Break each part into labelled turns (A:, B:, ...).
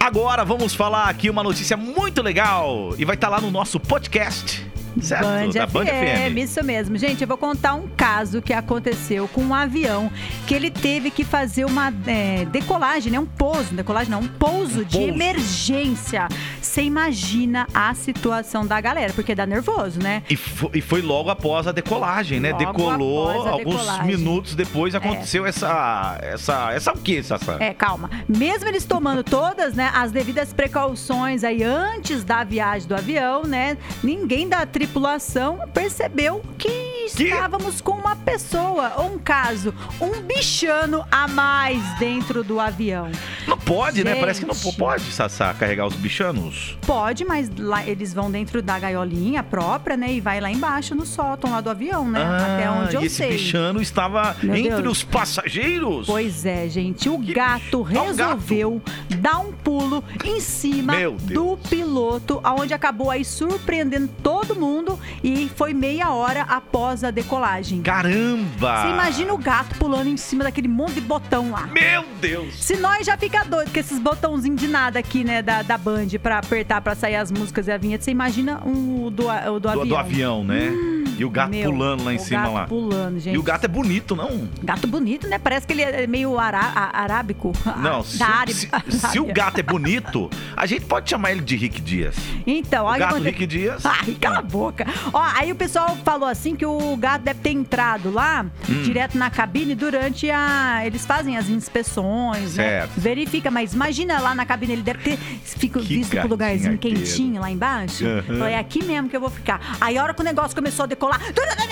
A: Agora vamos falar aqui uma notícia muito legal e vai estar lá no nosso podcast. Certo?
B: Band
A: da
B: FM,
A: Band FM.
B: isso mesmo. Gente, eu vou contar um caso que aconteceu com um avião que ele teve que fazer uma é, decolagem, né? Um pouso, decolagem não, um pouso de
A: pouso.
B: emergência. Você imagina a situação da galera, porque dá nervoso, né?
A: E fo- e foi, logo após a decolagem, né?
B: Logo após
A: Decolou,
B: a
A: alguns
B: decolagem.
A: minutos depois aconteceu essa. Essa. Essa o que, Sassá?
B: É, calma. Mesmo eles tomando todas, né, as devidas precauções aí antes da viagem do avião, né, ninguém da tripulação percebeu que
A: Que?
B: estávamos com uma pessoa, ou um caso, um bichano a mais dentro do avião.
A: Não pode, né? Parece que não po-
B: Gente.
A: pode, Sassá, carregar os bichanos.
B: Pode, mas lá eles vão dentro da gaiolinha própria, né, e vai lá embaixo no sótão lá do avião, né,
A: Ah,
B: até onde eu
A: e esse
B: sei.
A: bichano estava
B: Meu
A: entre
B: Deus.
A: os passageiros.
B: Pois é, gente. O
A: Que
B: gato
A: bicho. Ah, o gato.
B: resolveu dar um pulo em cima
A: Meu
B: do piloto, aonde acabou aí surpreendendo todo mundo e foi meia hora após a decolagem.
A: Caramba!
B: Você imagina o gato pulando em cima daquele monte de botão lá.
A: Meu Deus!
B: Se nós já fica doido com esses botãozinhos de nada aqui, né, da, da Band, pra apertar, pra sair as músicas e a vinheta, você imagina um, o do, a- o do
A: Do,
B: avião. Hum,
A: do avião, né? e o gato
B: Meu,
A: pulando lá em
B: o
A: cima
B: gato
A: lá.
B: pulando, gente.
A: E o gato é bonito, não?
B: Gato bonito, né? Parece que ele é meio ará- a- arábico.
A: Não, se,
B: Ah, Da área-
A: se- se o gato é bonito, a gente pode chamar ele de Rick Dias.
B: Então,
A: O
B: olha Ah,
A: gato
B: quanto-
A: Rick Dias.
B: Ai, cala a boca. Ó, aí o pessoal falou assim que o gato deve ter entrado lá,
A: Hum.
B: direto na cabine, durante a. Eles fazem as inspeções, né?
A: Certo.
B: Verifica, mas imagina lá na cabine, ele deve ter fico,
A: Que
B: visto pro
A: gatinho
B: lugarzinho
A: arteiro.
B: quentinho lá embaixo.
A: Aham.
B: Falou, é aqui mesmo que eu vou ficar. Aí a hora que o negócio começou a decolar.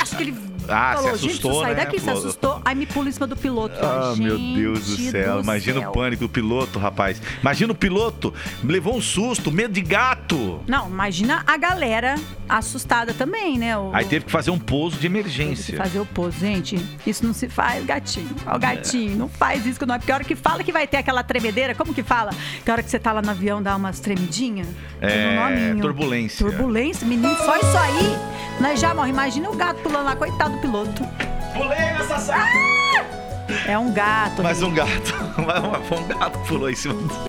B: Acho que ele.
A: Ah, se
B: falou, gente,
A: assustou,
B: preciso sair
A: né?
B: daqui, se
A: Falou.
B: assustou. Aí me pula em cima do piloto.
A: Ah,
B: Ó,
A: meu Deus do
B: gente
A: céu. Imagina
B: céu.
A: o pânico do piloto, rapaz. Imagina o piloto. Levou um susto, medo de gato.
B: Não, imagina a galera assustada também, né? O-
A: Aí teve que fazer um pouso de
B: Teve que
A: emergência.
B: fazer o pouso. Gente, isso não se faz, gatinho. Ó, gatinho, não faz isso, não é. Porque a hora que fala que vai ter aquela tremedeira, como que fala? Que a hora que você tá lá no avião dá umas tremidinhas?
A: É,
B: um nominho.
A: turbulência.
B: Turbulência, menino, só isso aí. Nós já morre. Imagina o gato pulando lá, coitado do piloto.
A: Pulei nessa Ah! sala.
B: É um gato.
A: Mais um gato. Foi um gato que pulou em cima do